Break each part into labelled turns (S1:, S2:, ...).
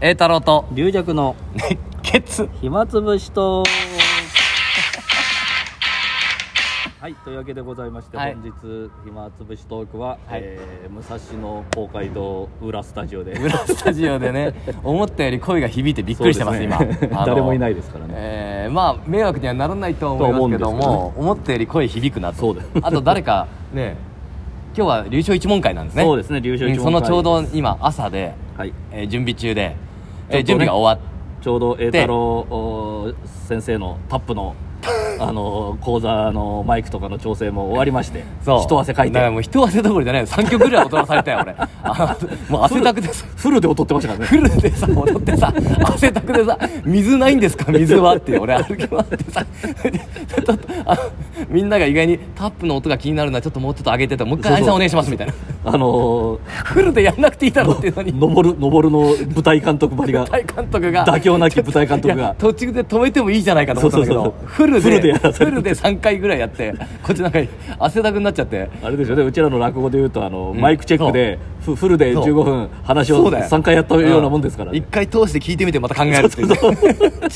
S1: 栄太郎 と
S2: 龍弱の
S1: 熱血
S2: 暇つぶしと。 はい、というわけでございまして、
S1: はい
S2: 本日暇つぶしトークは、
S1: はい
S2: えー武蔵野公会堂裏スタジオで。
S1: 裏スタジオでね思ったより声が響いてびっくりしてます
S2: そうでね
S1: 今、
S2: 誰もいないいですからね。
S1: えーまあ迷惑にはならないと思いますけど
S2: と思
S1: も思ったより声響くなと
S2: そうです
S1: あと誰 かね今日は流暢一問会なんですね
S2: そうですね、流暢一
S1: そ
S2: 門
S1: の
S2: 会
S1: ちょうど今朝で、
S2: はい、
S1: えー準備中で、
S2: ちょ
S1: えー
S2: っとね
S1: 準備が終わっ
S2: ちょうど栄太郎お先生のタッ プの。あの講座のマイクとかの調整も終わりまして
S1: そう
S2: 一汗かい
S1: だから
S2: て
S1: もう一汗どころじゃない3曲ぐらい踊らされたよ俺 あのもう汗だくです
S2: フルで踊ってましたからね
S1: フルでさ踊ってさ汗だくでさ「水ないんですか水は」って俺歩き回ってさちょっとあみんなが意外にタップの音が気になるなちょっともうちょっと上げてともう一回「
S2: そうそう
S1: 愛さんお願いします」みたいな
S2: あの
S1: フルでやんなくていいだろうっていうのに
S2: 登る登るの舞台監督ばりが
S1: 舞台監督が
S2: 妥協なき舞台監督
S1: いや
S2: が
S1: 途中で止めてもいいじゃないかと思ったんだけ
S2: そ
S1: ど
S2: うそうそう
S1: フル
S2: フルでや
S1: で
S2: らさ
S1: フ
S2: れて
S1: ルで3回ぐらいやってこっちなんか汗だくになっちゃって
S2: あれですよねうちらの落語でいうとあの、
S1: ん
S2: マイクチェックでフフルで
S1: そう
S2: 15分話
S1: そ
S2: を
S1: うだよ
S2: 3回やったようなもんですからね、
S1: 1回通して聞いてみてまた考えるっていうね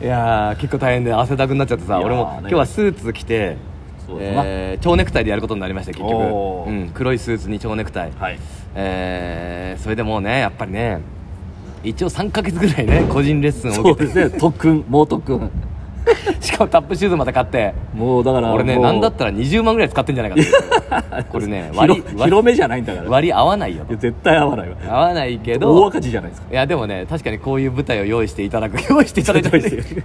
S1: いやー結構大変で汗だくになっちゃってさ
S2: いやー
S1: 俺も
S2: ね
S1: 今日はスーツ着て
S2: そうだな
S1: えー蝶ネクタイでやることになりました結局、
S2: おー
S1: うん、黒いスーツに蝶ネクタイ、
S2: はい
S1: えーそれでもうねやっぱりね一応3ヶ月ぐらいね個人レッスンを
S2: そう
S1: 受
S2: で
S1: け
S2: すね特訓猛特訓
S1: てしかもタップシューズまた買って
S2: もうだから
S1: 俺ね
S2: もう
S1: なんだったら20万ぐらい使ってんじゃないかっていうこれね割り
S2: 広
S1: 割
S2: 広めじゃないんだから
S1: り
S2: い
S1: 割り合わないよ
S2: や絶対合わないわ
S1: 合わないけど
S2: 大赤字じゃないですか
S1: いやでもね確かにこういう舞台を用意していただく 用意していただいたんですよ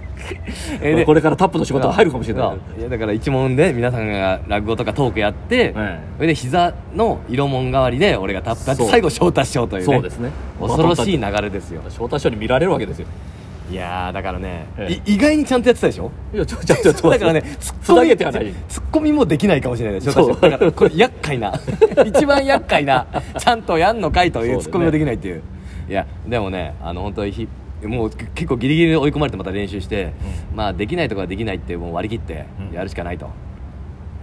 S1: えーで
S2: これからタップの仕事が入るかもしれない
S1: そういやだから一問で皆さんが落語とかトークやって、
S2: ええ
S1: それで膝の色物代わりで俺がタップだって
S2: そう
S1: 最後翔太師匠というね
S2: そうですね
S1: 恐ろしい流れですよ
S2: 翔太師匠に見られるわけですよ
S1: いやーだからね、
S2: え
S1: い意外にちゃんとやってたでしょ
S2: いやちょちょちょちょ
S1: だからねツ
S2: ふざけてはない
S1: ツッコミもできないかもしれないでしょ
S2: そう
S1: 私だからこれ厄介 な一番厄介なちゃんとやんのかいという
S2: そうだよね
S1: ツッコミもできないっていういやでもねあの本当にひもうけ結構ギリギリに追い込まれてまた練習して、まあできないとこはできないってもう割り切って
S2: うん
S1: やるしかないと、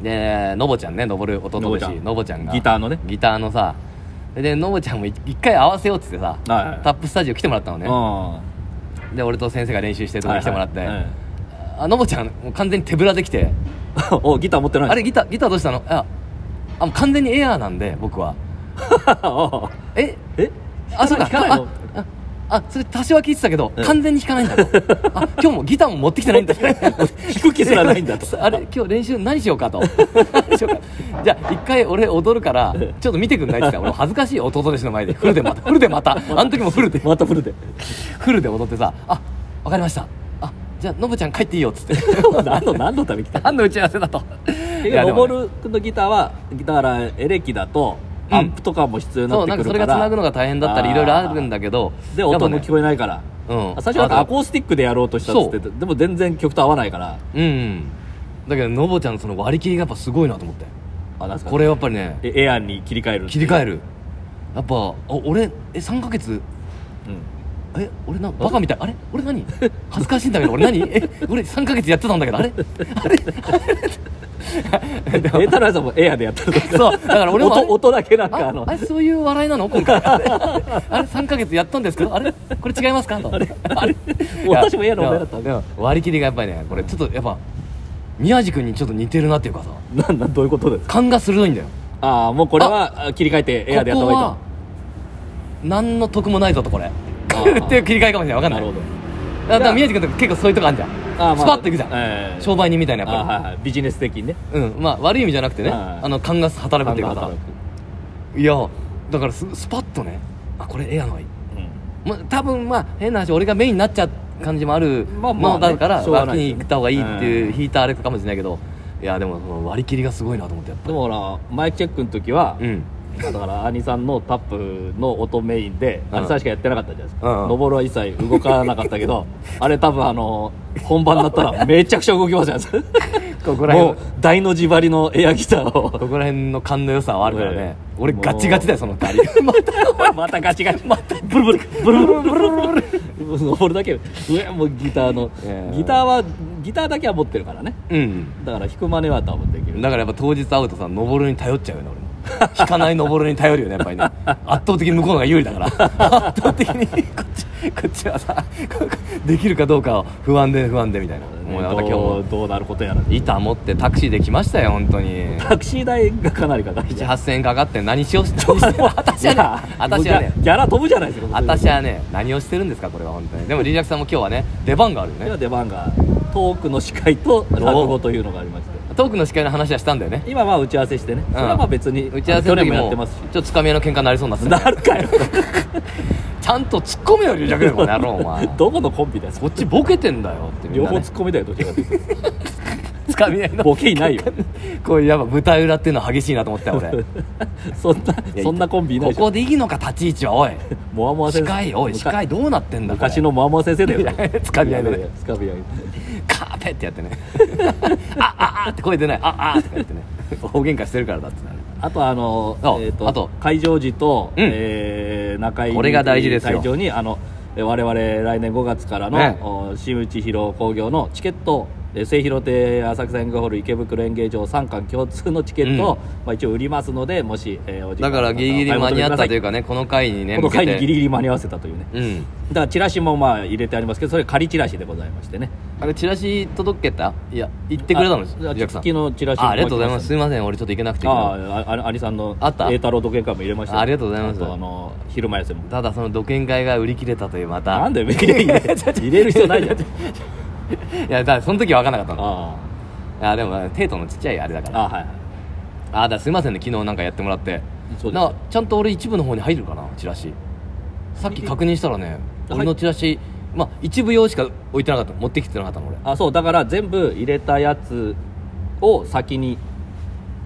S1: でのぼちゃんね登る弟
S2: のぼ
S1: 弟
S2: ちゃ
S1: 子
S2: ん
S1: のぼちゃんが
S2: ギターのね
S1: ギターのさでのぼちゃんもい一回合わせようっつってさ、
S2: はいはい
S1: タップスタジオ来てもらったのね、
S2: う
S1: で俺と先生が練習してるとこに来てもらって、
S2: はいはいはい
S1: あのぼちゃんもう完全に手ぶらできて、
S2: ん おギター持ってない
S1: あれギターギターどうしたのああもう完全にエアーなんで僕は
S2: あ
S1: え
S2: え
S1: あそうか
S2: 弾かないの
S1: あああそれ多少は聞いてたけど、
S2: え
S1: 完全に弾かないんだ とあ今日もギターも持ってきてないんだ
S2: 弾く気すらないん だと
S1: あれ今日練習何しようかと何しようかじゃあ一回俺踊るからちょっと見てくんないって言ったら俺恥ずかしい弟弟子の前でフルでま たフルでまたあの時もフルで
S2: またフルで
S1: フルで踊ってさあわかりましたあじゃあのぶちゃん帰っていいよっつって
S2: 何の 何のために来た
S1: 何の打ち合わせだと
S2: いや、登る君のギターは、だから、エレキだと、
S1: うん
S2: アップとかも必要に
S1: そ
S2: な
S1: う
S2: っ
S1: なん
S2: て
S1: か
S2: く
S1: それ
S2: るか
S1: が
S2: ら。
S1: つなぐのが大変だったりいろいろあるんだけど
S2: で、音も聞
S1: え
S2: こえないから。
S1: うん
S2: 最初はなんかアコースティックでやろうとしたっつって
S1: そ
S2: て、でも全然曲と合わないから。
S1: うんうんだけどのぼちゃんのその割り切りがやっぱすごいなと思って
S2: あ、なんすか
S1: これやっぱりね
S2: えエアーに切り替える。
S1: 切り替えるやっぱあ俺え3ヶ月
S2: うん。
S1: え俺なバカみたいあれ俺何恥ずかしいんだけど俺何え俺3ヶ月やってたんだけどあれあれ
S2: え、太郎さんもエアーでやってるとか。
S1: そうだから俺もあれ
S2: 音、音だけなんか
S1: あ
S2: あの
S1: あ、れそういう笑い なの今回あれ3ヶ月やったんですけどあれこれ違いますかとあれあれ
S2: 私も嫌な女だったんだ
S1: でも割り切りがやっぱりねこれちょっとやっぱ宮治君にちょっと似てるなっていうかさ
S2: なんなん、どういうことですか
S1: 勘が鋭いんだよ
S2: ああ、もうこれはあ切り替えてエアーでやっ
S1: こ
S2: た方
S1: こ
S2: がいい
S1: は
S2: と。
S1: 何の得もないぞとこれ
S2: あ
S1: これ っていう切り替えかもしれないわかんな
S2: ないるほど。
S1: だから宮治君とか結構そういうとこあるじゃん
S2: あーまあ
S1: スパッといくじゃん、
S2: ええ
S1: 商売人みたいな
S2: あ
S1: やっぱ
S2: はいはい。ビジネス的にね。
S1: りうんまあ悪い意味じゃなくてね
S2: はい
S1: あの勘が働くっていうかさ
S2: 働く
S1: いやだからススパッとねあこれエアのがいい
S2: うん
S1: まあ、多分まあ変な話俺がメインになっちゃう感じもある
S2: まあまあ
S1: の
S2: ね
S1: だから
S2: しょうがな
S1: 脇
S2: いで
S1: に
S2: すよ
S1: 行った方がいいっていう引いたあれかもしれないけど、いやでもその割り切りがすごいなと思ってやっぱ
S2: でもほら、マイクチェックの時は、
S1: うん
S2: だから兄さんのタップの音メインで
S1: うん
S2: 兄さんしかやってなかったじゃないです
S1: うんう
S2: か
S1: ん
S2: 登るは一切動かなかった けどあれ多分あの本番になったらめちゃくちゃ動きますじゃないです か
S1: ここら辺
S2: もう大の字張りのエアギターを
S1: ここら辺の勘の良さはあるからね、
S2: ね
S1: 俺ガチガチだよその代わりまた
S2: またガチガチまたブルブルブルブルブルブルブル登るだけうわもうギターの
S1: えー
S2: ギターはギターだけは持ってるからね
S1: うん
S2: だから弾く真似は多分できる
S1: だからやっぱ当日会うとさ登るに頼っちゃうよね俺も引かない登るに頼るよねやっぱ りね圧倒的に向こうの方が有利だから圧倒的に こっちこっちはさこできるかどうかを不安で不安でみたいなもうまた今日
S2: ど
S1: も
S2: うどうなることやら
S1: 板持ってタクシーで来ましたよ本当に
S2: タクシー代がかなりかかる
S1: 78000円かかって何しようして何し て私はね私はね
S2: ギャラ飛ぶじゃないですか
S1: 私
S2: は
S1: はね何をしてるんですかこれは本当にでもリリアクさんも今日はね出番があるよね
S2: 出番がトークの司会と落語というのがありまして
S1: トークの司会の話はしたんだよね
S2: 今は打ち合わせしてね、それはまあ別に
S1: 打ち合わせの
S2: 去
S1: 時
S2: 年もや
S1: も
S2: ってますし
S1: ちょっとつかみ合いの喧嘩になりそうになってた
S2: な
S1: ね
S2: るかよ
S1: ちゃんと突っ込めよリリアクで もやろうお前
S2: どこのコンビだよ
S1: こっちボケてんだよってみん
S2: 両
S1: な
S2: 方
S1: ね
S2: 突っ込みだよどっちかっていうと
S1: つかみ合いの
S2: ボケいないよ
S1: こういうやっぱ舞台裏っていうのは激しいなと思ったよ 俺
S2: そんない
S1: や
S2: そんなコンビいない
S1: こ
S2: でしょ
S1: こでいいのか立ち位置はおい
S2: モアモア
S1: 司
S2: 先生
S1: 会おい司会どうなってんだこれ
S2: 昔のモアモア先生だよ
S1: いやつかみ合いのね
S2: つかみ合いの
S1: カーペってやってね あああって声出ないああって言ってね大喧嘩してるからだってなる
S2: あとあの
S1: そう
S2: えー
S1: あと
S2: 会場時と、
S1: うん
S2: えー中井
S1: これが大事ですよ
S2: 会場にあのえー我々来年5月からの、
S1: ね
S2: お新内広工業のチケットえー末広亭浅草演芸ホール池袋演芸場3館共通のチケットを、
S1: うん
S2: まあ、一応売りますのでもし、えーお時間
S1: だからギリギリ間に合ったというかねこの回にね
S2: この回にギ
S1: リ
S2: リギリ間に合わせたというね
S1: うん
S2: だからチラシもまあ入れてありますけどそれ仮チラシでございましてね
S1: あれチラシ届けたいや言ってくれたの
S2: あ
S1: です
S2: あ
S1: リラクさん
S2: 月のチラシ
S1: あありがとうございます
S2: 届き
S1: すいません俺ちょっと行けなくて
S2: ああああ兄さんの
S1: あった
S2: 栄太郎時計会も入れましたよ
S1: ありがとうございます
S2: あとあの昼前線も
S1: ただその独演会が売り切れたというまた
S2: なんだよ
S1: い
S2: 入れ入れる人ないじゃ ん
S1: やだからその時は分かんなかったの
S2: あ
S1: あでもまあテイトのちっちゃいあれだか
S2: あ
S1: ら
S2: ああはいはい
S1: あだからすいませんね昨日なんかやってもらって
S2: そうです
S1: なちゃんと俺一部の方に入るかなチラシさっき確認したらね
S2: はい
S1: 俺のチラシまあ一部用しか置いてなかった持ってきてなかったの俺
S2: あそうだから全部入れたやつを先に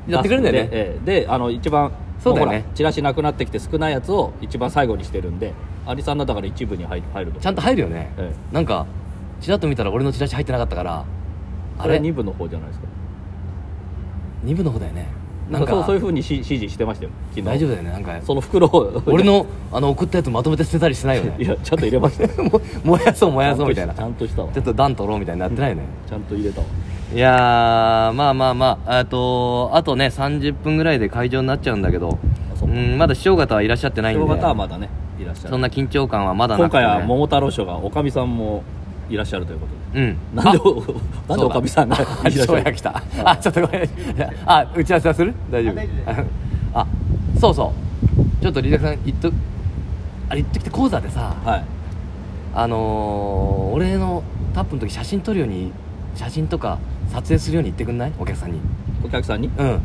S1: やってくれるんだよね
S2: 出すで,ええ、であの一番
S1: そうだよね
S2: ほらチラシなくなってきて少ないやつを一番最後にしてるんで兄さんのだから一部に入る入ると
S1: ちゃんと入るよね、
S2: え
S1: なんかちらっと見たら俺のチラシ入ってなかったからあ
S2: あれ
S1: れ
S2: 二部の方じゃないですか
S1: 二部の方だよね
S2: な
S1: なんん
S2: かそう
S1: か
S2: そういうふうにし指示してましたよ昨日
S1: 大丈夫だよねなんか
S2: その袋を
S1: 俺のあの送ったやつまとめて捨てたりしてないよ
S2: い
S1: ね
S2: やちゃんと入れました よ
S1: も燃やそう燃やそうみたいな
S2: ち
S1: ち
S2: ゃんとしたわ
S1: ょっと段取ろうみたいになってないよね、
S2: ちゃんと入れたわ
S1: いやーまあまあまああとあとね30分ぐらいで会場になっちゃうんだけど
S2: あそううん
S1: まだ師匠方はいらっしゃってないんで
S2: 今方はまだねいらっしゃ
S1: そ
S2: る
S1: んな緊張感はまだ
S2: 今
S1: なくて、
S2: 回
S1: ね、
S2: は桃太郎賞がおかみさんもいらっしゃるということで
S1: うん
S2: なんでお なんでおかみさんがい
S1: あ
S2: らっし
S1: そう
S2: ゃ
S1: や
S2: る
S1: 来たあちょっとごめんあ打ち合わせはする大丈夫
S3: あ大丈夫
S1: あそうそうちょっとリラクさん言っとあれ言ってきて講座でさ
S2: はい
S1: あのー、俺のタップの時写真撮るように写真とか撮影するように言ってくんないお客さんに
S2: お客さんに
S1: うん
S2: ああ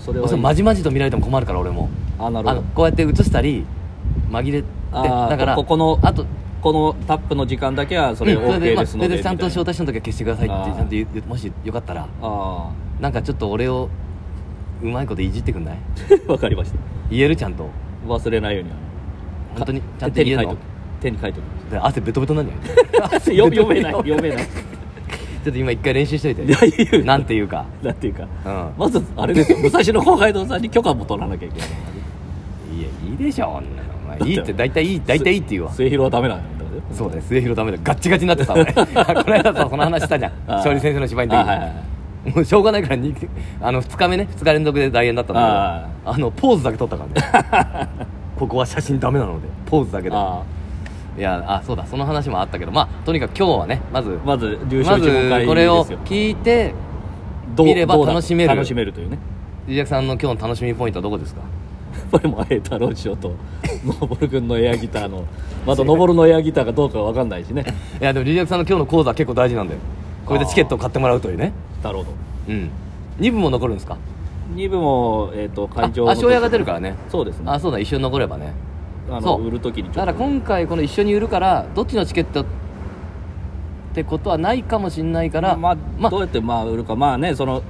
S2: それは
S1: そ
S2: いうい
S1: まじまじと見られても困るから俺も
S2: あなる
S1: あ
S2: ほ
S1: の
S2: ど
S1: こうやって映したり紛れて
S2: あー
S1: だから
S2: ここの
S1: あと
S2: このタップの時間だけはそれ
S1: うんそれ
S2: OK
S1: まあ
S2: ですので
S1: それでちゃんと
S2: み
S1: 招
S2: たいな
S1: 待者の時は消してくださいって
S2: あー
S1: ちゃんと言うもしよかったら
S2: あ
S1: なんかちょっと俺をうまいこといじってくんない
S2: あ わかりました
S1: 言えるちゃんと
S2: 忘れないように
S1: 本当にちゃんと
S2: 手に
S1: 言え
S2: 書
S1: る
S2: い
S1: の
S2: とく手に書いとく
S1: で汗ベトベトなん じゃないち
S2: 読め読 めない読めない
S1: ょっと今一回練習しとい
S2: いやいや
S1: てなんていうか
S2: なんていうか
S1: うん
S2: まずあ れですよ武蔵野後輩堂さんに許可も取らなきゃいけない
S1: いやいいでしょあんなのお前
S2: だって
S1: いいって大体いい大体いいって言うわ
S2: 末広はダメなんだよね
S1: そうだよ末広ダメだよガッチガチになってさ 俺この間さその話したじゃん
S2: あー
S1: 勝利先生の芝居の
S2: あ
S1: 時
S2: はいはいはい
S1: もうしょうがないからに あの2日目ね2日連続で代演だったんだけどあのポーズだけ撮ったからね ここは写真ダメなのでポーズだけで
S2: あ
S1: いやあそうだその話もあったけどまあとにかく今日はねまず
S2: あまず流
S1: ま
S2: 暢一問
S1: ず
S2: 会
S1: これを
S2: ですよ
S1: 聞いて
S2: どう
S1: 見れば
S2: どうだ
S1: 楽しめる
S2: 楽しめるというね
S1: リリアクさんの今日の楽しみポイントはどこですか
S2: これもあえ太郎師 匠とのぼる君のエアギターのまたのぼるのエアギターかどうかは分かんないしね
S1: いやでもリリアクさんの今日の講座は結構大事なんだよこれでチケットを買ってもらうというね
S2: 太郎の
S1: うん2部も残るんですか
S2: 2部も、えー、と会場
S1: ああ庄屋が出るからね
S2: そうですね
S1: あそうだ一緒に残ればね
S2: あの
S1: そう
S2: 売る時にちょ
S1: だ
S2: っ
S1: から
S2: と
S1: 今回この一緒に売るからどっちのチケットってことはないかもしんないから
S2: まあ
S1: ま
S2: どうやってまあ売るかまあねその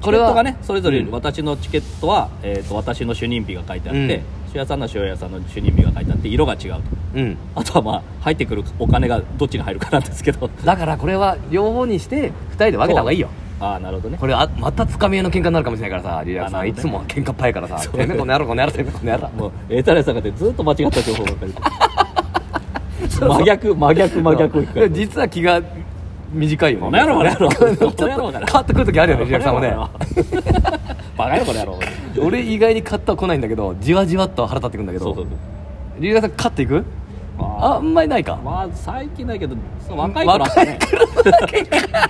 S2: チ
S1: これ
S2: ケッ
S1: は
S2: トがねそれぞれ
S1: うん
S2: 私のチケットは、えー、と私の主任日が書いてあって
S1: う
S2: 庄屋、さんの庄屋さんの主任日が書いてあって色が違うと
S1: うん
S2: あとはまあ入ってくるお金がどっちに入るかなんですけど
S1: だからこれは両方にして2人で分けた方がいいよ
S2: ああなるほどね
S1: これあまたつかみ合いの喧嘩になるかもしれないからさリラさ
S2: あなんる
S1: い
S2: ほ
S1: つ
S2: どね
S1: も喧嘩っぱいからさ「
S2: そう
S1: てめえこの野郎この野郎てめえこの野郎
S2: もう栄太郎さんがねずっと間違った情報ばっかり真逆真逆真逆を聞かれ
S1: で
S2: て
S1: 実は気が短いよね
S2: この野郎この野郎
S1: ちょっと変わってくる時あるよねリラさんもね
S2: この野郎バカやろこれやろ
S1: 俺意外にカットは来ないんだけどじわじわっと腹立ってくんだけ
S2: そうそ
S1: ど
S2: う
S1: 龍河さんカットいくあ
S2: あ
S1: んまりないか
S2: まあ最近だけどそう若い頃あったね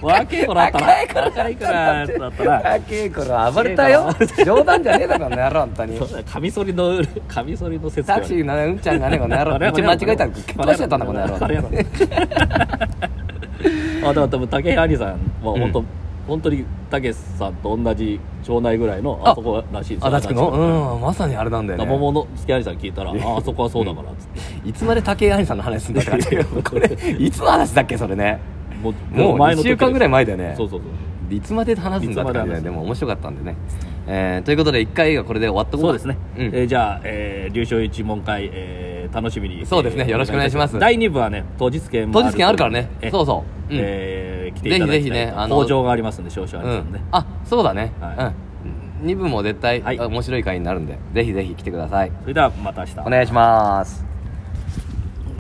S2: 若い頃あったな若い頃だったな
S1: 稽古が暴れたよ冗談じゃねえだろこの野郎本当に
S2: そうだカミソリのカミソリの説
S1: タクシーのねうんちゃんがねこの野郎道間違えたら結婚しちゃったんだこの野
S2: あれや
S1: 郎
S2: ろあでも多分武井兄さんは本当、
S1: うん
S2: 本当に武さんと同じ町内ぐらいの
S1: あ
S2: あそこらしいですよ
S1: あだちくのうんまさにあれなんだよ
S2: 桃
S1: ね
S2: の助兄さん聞いたらああそこはそうだからっつって、
S1: いつまで武井兄さんの話すんだからこれいつの話だっけそれね
S2: もう
S1: もう
S2: 前の
S1: 2
S2: 時
S1: 週間ぐらい前だよね
S2: そうそうそう
S1: いつまで話すんだって感じだよね
S2: いつまで話す
S1: でも面白かったんでね、えーということで1回がこれで終わった
S2: そうですね、
S1: うん
S2: えーじゃあ、えー、流暢一問会、えー楽しみに
S1: そうですねよろしくお願いします
S2: 第2部はね当日券も
S1: 当日券あるからね
S2: え
S1: そうそううん
S2: えー来ていただきたい
S1: ぜひぜひねあの
S2: 工場がありますんで少々あ
S1: う
S2: りますんで、
S1: ん、あそうだね、
S2: は
S1: うん2部も絶対、
S2: はい
S1: 面白い回になるんでぜひぜひ来てください
S2: それではまた明日
S1: お願いします